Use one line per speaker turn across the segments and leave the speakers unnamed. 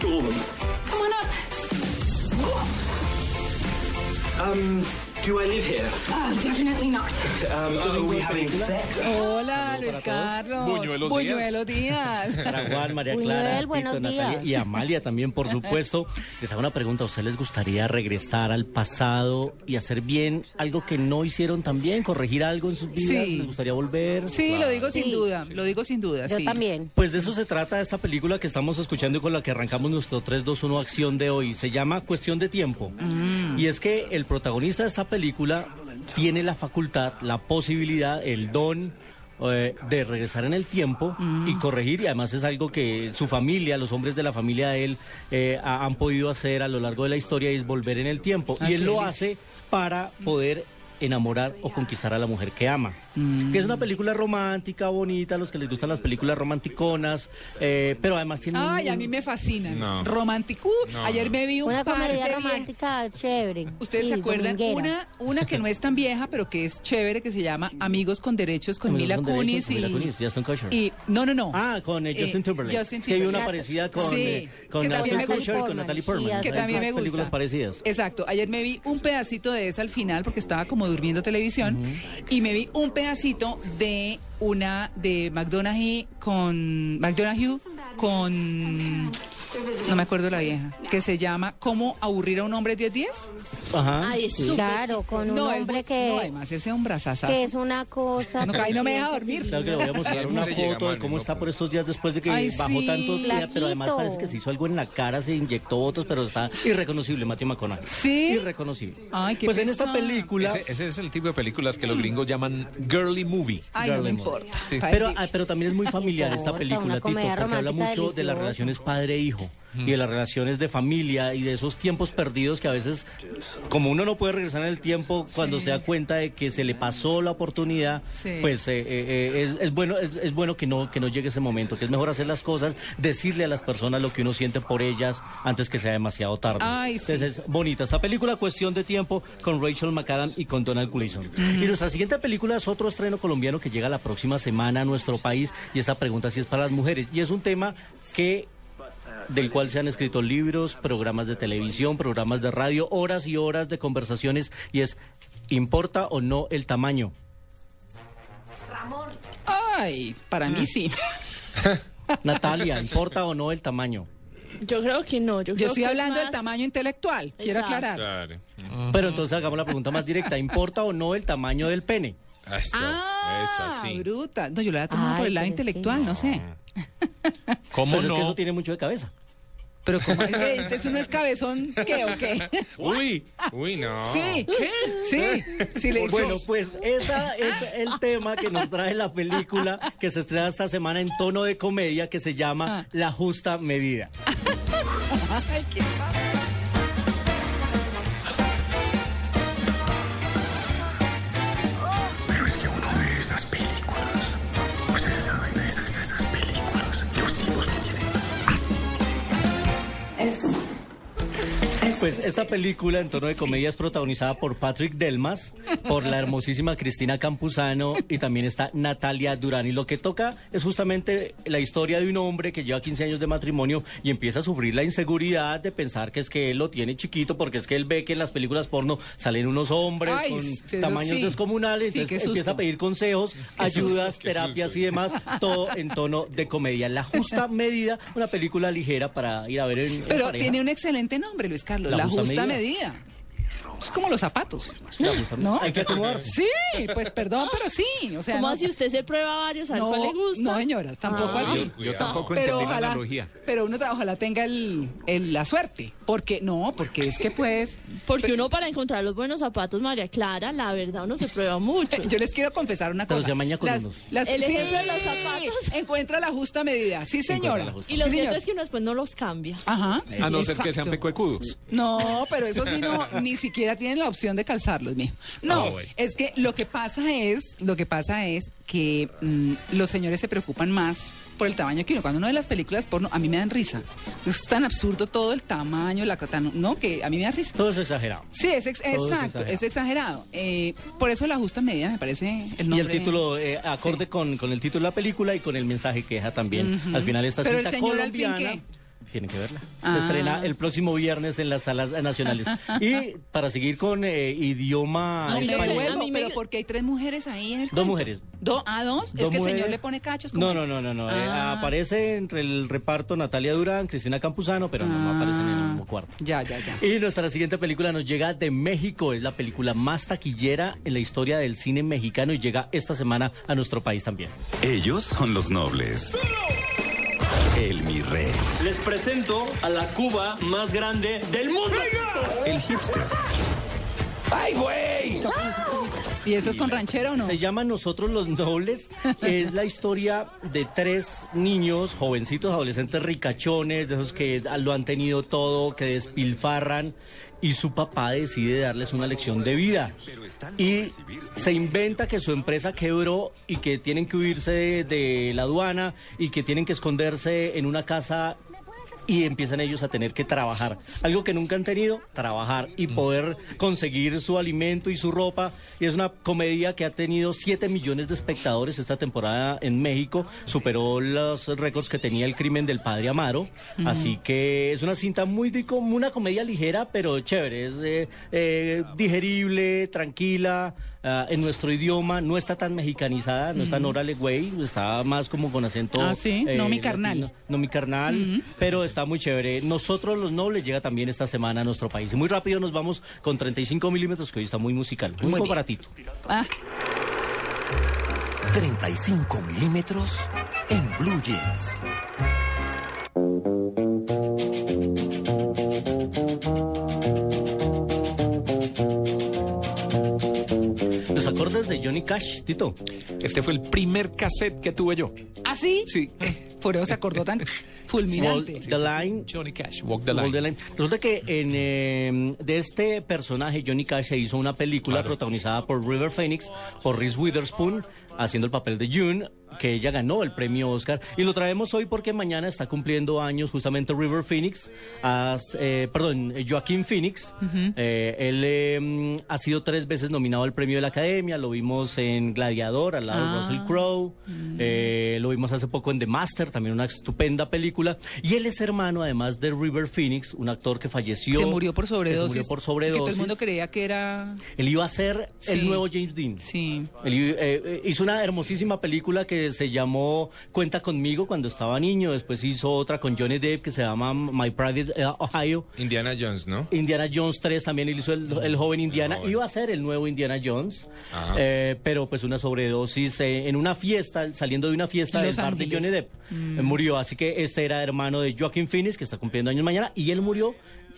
Dawn.
Come on up.
Um, do I live here?
Oh, definitely not.
Um, are we having sex?
Hola, Luis Carlos.
Buñuelos
Buñuelos Díaz.
Para Juan, María
Buñuel,
Clara,
buenos
Tito, Natalia
días.
y Amalia también, por supuesto. Les hago una pregunta. ¿A ustedes les gustaría regresar al pasado y hacer bien algo que no hicieron también? ¿Corregir algo en sus vidas?
Sí.
¿Les gustaría volver?
Sí, lo digo sin
Sí.
duda, lo digo sin duda,
Yo
sí.
también.
Pues de eso se trata esta película que estamos escuchando y con la que arrancamos nuestro 3-2-1 acción de hoy. Se llama Cuestión de Tiempo. Y es que el protagonista de esta película tiene la facultad, la posibilidad, el don eh, de regresar en el tiempo y corregir. Y además es algo que su familia, los hombres de la familia de él, eh, ha- han podido hacer a lo largo de la historia y es volver en el tiempo.
Ah,
y él
qué
lo
delicia.
hace para poder enamorar o conquistar a la mujer que ama. Que es una película romántica, bonita, a los que les gustan las películas romanticonas, eh, pero además tiene... un-
Ay, a mí me fascinan.
No.
Romántico. Uh,
No,
Ayer
no.
me vi un
Una
par
comedia
de vie-
romántica chévere.
¿Ustedes
Sí,
se acuerdan?
dominguera.
Una, una que no es tan vieja, pero que es chévere, que se llama Amigos con Derechos con
Amigos
Mila
con Derechos,
Kunis
con Mila Kunis,
y...
Justin Kutcher.
y- no, no, no.
Ah, con eh,
Eh,
Justin Timberlake.
Justin
Es Que hay una
Timberlake.
parecida con,
Sí,
eh, con
que también
Ashton
me gusta.
Kutcher y con Natalie Portman.
Sí,
que
Hay
también
dos
me gusta. Eh,
películas parecidas.
Exacto. Ayer me vi un pedacito de esa al final porque estaba como durmiendo televisión y me vi un pedacito de una de McDonaghy con McDonaghy con no me acuerdo la vieja que se llama ¿Cómo aburrir a un hombre 10 10?
Ajá. sí.
Claro, con un hombre
no,
que,
además ese hombre
que es una cosa.
No, ahí no me deja dormir.
Claro que le voy a mostrar una
Siempre llega
foto
mal,
de cómo
¿no?
está por estos días después de que
Ay,
bajó
sí.
tanto, día, pero además
Flaquito.
parece que se hizo algo en la cara, se inyectó votos, pero está irreconocible, Matthew McConaughey.
Sí.
Irreconocible.
Ay, qué
pues en esta
pesar.
película...
Ese, ese es el tipo de películas que los gringos llaman girly movie.
Ay, no me
Garlemore.
importa.
Sí.
Ay,
Pero,
di-
ah, pero también es muy familiar esta
Una
película, Tito,
comedia
porque habla
romántica
mucho de las
deliciosa.
relaciones padre-hijo y de las relaciones de familia y de esos tiempos perdidos que a veces, como uno no puede regresar en el tiempo, cuando se da cuenta de que se le pasó la oportunidad,
Sí.
pues eh, eh, eh, es, es bueno es, es bueno que no, que no llegue ese momento, que es mejor hacer las cosas, decirle a las personas lo que uno siente por ellas antes que sea demasiado tarde.
Ay, sí.
Entonces, es bonita esta película, Cuestión de Tiempo, con Rachel McAdam y con Donald Gleason. Y nuestra siguiente película es otro estreno colombiano que llega la próxima semana a nuestro país, y esta pregunta sí es para las mujeres, y es un tema que del cual se han escrito libros, programas de televisión, programas de radio, horas y horas de conversaciones, y es, ¿importa o no el tamaño?
Ay, para mí sí.
Natalia, ¿importa o no el tamaño?
Yo creo que no. Yo,
Yo
creo
estoy
que es
hablando del
más-
tamaño intelectual, quiero
Exacto.
aclarar.
Claro.
Pero entonces hagamos la pregunta más directa, ¿importa o no el tamaño del pene?
Eso,
Ah,
eso, sí.
bruta. No, yo la había tomado
Ay,
por el lado
pero es que
intelectual, no. sé.
¿Cómo
Pues es
no?
que eso tiene mucho de cabeza.
Pero como es que entonces uno es cabezón, ¿qué o qué?
Uy, uy, no.
Sí, sí, sí le
Bueno,
hizo-
pues ese es el tema que nos trae la película que se estrena esta semana en tono de comedia que se llama
Ah.
La Justa Medida.
Pero es que uno ve estas películas. Ustedes saben de esas, de esas películas. Los tipos no tienen.
Es. es
Pues esta película en tono de comedia es protagonizada por Patrick Delmas, por la hermosísima Cristina Campuzano y también está Natalia Durán. Y lo que toca es justamente la historia de un hombre que lleva 15 años de matrimonio y empieza a sufrir la inseguridad de pensar que es que él lo tiene chiquito porque es que él ve que en las películas porno salen unos hombres
Ay, sí,
con tamaños
sí.
descomunales,
Sí, qué
entonces
susto.
empieza a pedir consejos, ayudas,
qué susto.
terapias y demás, todo en tono de comedia. La justa medida, una película ligera para ir a ver en en
Pero
pareja.
tiene un excelente nombre, Luis Carlos, La, justa medida. es como los zapatos. ¿No?
Hay que acomodarse.
Sí, pues perdón, pero sí. O sea,
¿Cómo
no-
así usted se prueba varios? ¿A ver
no,
cuál le gusta?
no, señora, tampoco
Ah.
así.
Yo tampoco
pues Pero
entendí la
ojalá,
analogía.
pero uno ta- ojalá tenga el, el- la suerte. Porque, no, porque es que pues...
Porque uno para encontrar los buenos zapatos, María Clara, la verdad, uno se prueba mucho.
Yo les quiero confesar una
Pero
cosa.
se amaña con
Las-
unos.
las-
El
sí,
ejemplo de los zapatos.
Encuentra la justa medida. Sí,
Encuentra
señora.
la justa
Y lo
Sí,
cierto
señor.
es que uno después no los cambia.
Ajá.
A no ser que sean
Exacto.
pecuecudos.
No, pero eso sí no, ni siquiera tienen la opción de calzarlos, mijo. No,
Ah, bueno.
es que lo que pasa es, lo que pasa es que mm, los señores se preocupan más por el tamaño que uno. Cuando uno ve las películas porno, a mí me dan risa. Es tan absurdo todo el tamaño, la cata- no, que a mí me da risa.
Todo es exagerado.
Sí, es ex-
Todo es
exacto,
exagerado.
es exagerado. Eh, por eso la justa medida me parece el
Y
nombre.
el título, eh, acorde con, con el título de la película y con el mensaje que deja también
Ujú.
al final esta
Pero el
cinta
señor al fin,
colombiana. Tienen que verla.
Ah.
Se estrena el próximo viernes en las salas eh, nacionales. y para seguir con eh, idioma
No, me
español.
devuelvo,
A mí me-
pero porque hay tres mujeres ahí en el cuento.
mujeres.
¿Do, ¿A dos?
Dos
es que el
mujeres.
señor le pone cachos. ¿cómo
No,
es?
no, no, no, no. eh,
Ah.
aparece entre el reparto Natalia Durán, Cristina Campuzano, pero no, no aparecen
Ah.
en el mismo cuarto.
Ya, ya, ya.
Y nuestra siguiente película nos llega de México, es la película más taquillera en la historia del cine mexicano y llega esta semana a nuestro país también.
Ellos son los nobles. El mi rey.
Les presento a la Cuba más grande del mundo.
El hipster.
¿Y eso es con ranchero o no?
Se llama Nosotros los Nobles. Es la historia de tres niños, jovencitos, adolescentes ricachones, de esos que lo han tenido todo, que despilfarran. Y su papá decide darles una lección de vida. Y se inventa que su empresa quebró y que tienen que huirse de, de la aduana y que tienen que esconderse en una casa y empiezan ellos a tener que trabajar. Algo que nunca han tenido, trabajar y poder conseguir su alimento y su ropa. Y es una comedia que ha tenido 7 millones de espectadores esta temporada en México. Superó los récords que tenía el crimen del padre Amaro. Así que es una cinta muy de- como una comedia ligera, pero chévere. Es eh, eh, digerible, tranquila. ah, en nuestro idioma no está tan mexicanizada, no está Nora Legüey, está más como con acento. eh,
Ah, sí, no, mi carnal.
latino. No mi carnal, pero está muy chévere. Nosotros los nobles llega también esta semana a nuestro país. Y muy rápido nos vamos con 35 milímetros, que hoy está muy musical, muy,
Muy bien.
comparatito.
Ah,
35 milímetros en blue jeans.
Los acordes de Johnny Cash, Tito.
Este fue el primer cassette que tuve yo.
¿ah, sí?
Sí.
Por eso se acordó tan fulminante.
Wall- The Line.
Johnny Cash, Walk the Line.
Wall the Line. Resulta que en, eh, de este personaje, Johnny Cash, se hizo una película protagonizada por River Phoenix, por Reese Witherspoon, haciendo el papel de June, que ella ganó el premio Oscar. Y lo traemos hoy porque mañana está cumpliendo años justamente River Phoenix, as- eh, perdón, eh, Joaquín Phoenix. Eh, él eh, mm, ha sido tres veces nominado al premio de la Academia, lo vimos en Gladiador, al lado de Russell Crowe,
Mm.
eh, lo vimos hace poco en The Master, también una estupenda película. Y él es hermano, además, de River Phoenix, un actor que falleció.
se murió por
que se
sobredosis.
murió por
Que todo el
sobredosis.
mundo creía que era...
Él iba a ser
Sí.
el nuevo James Dean.
Sí.
Él eh, eh, hizo una hermosísima película que se llamó Cuenta conmigo cuando estaba niño. Después hizo otra con Johnny Depp que se llama My Private eh, Ohio.
Indiana Jones, ¿no? Mm,
Indiana Jones 3 también él hizo el, el joven Indiana.
joven.
Iba a ser el nuevo Indiana Jones,
Ajá.
eh, pero pues una sobredosis eh, en una fiesta, saliendo de una fiesta
En
del
Los
bar de
Ángeles.
Johnny Depp. eh, murió, así que este era hermano de Joaquin Phoenix, que está cumpliendo años mañana, y él murió.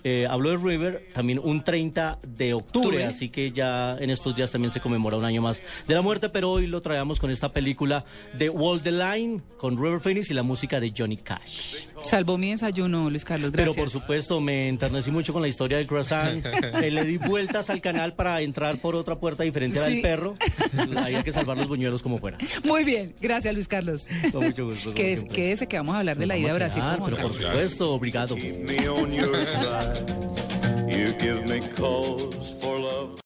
eh, habló de River también un 30 de octubre,
Octubre.
así que ya en estos días también se conmemora un año más de la muerte, pero hoy lo traemos con esta película de Wall the Line con River Phoenix y la música de Johnny Cash.
Salvó mi desayuno, Luis Carlos. Gracias.
Pero por supuesto, me enternecí mucho con la historia del croissant. Eh, le di vueltas al canal para entrar por otra puerta diferente a la
Sí.
del perro. Había que salvar los buñuelos como fuera.
Muy bien, gracias, Luis Carlos.
Con mucho gusto, como
Que es,
siempre.
quédese que vamos a hablar de la
Vamos
ida a
a
Brasil.
quedar,
con Juan
pero por
Carlos.
supuesto, obrigado.
me on your side. You give me cause for love.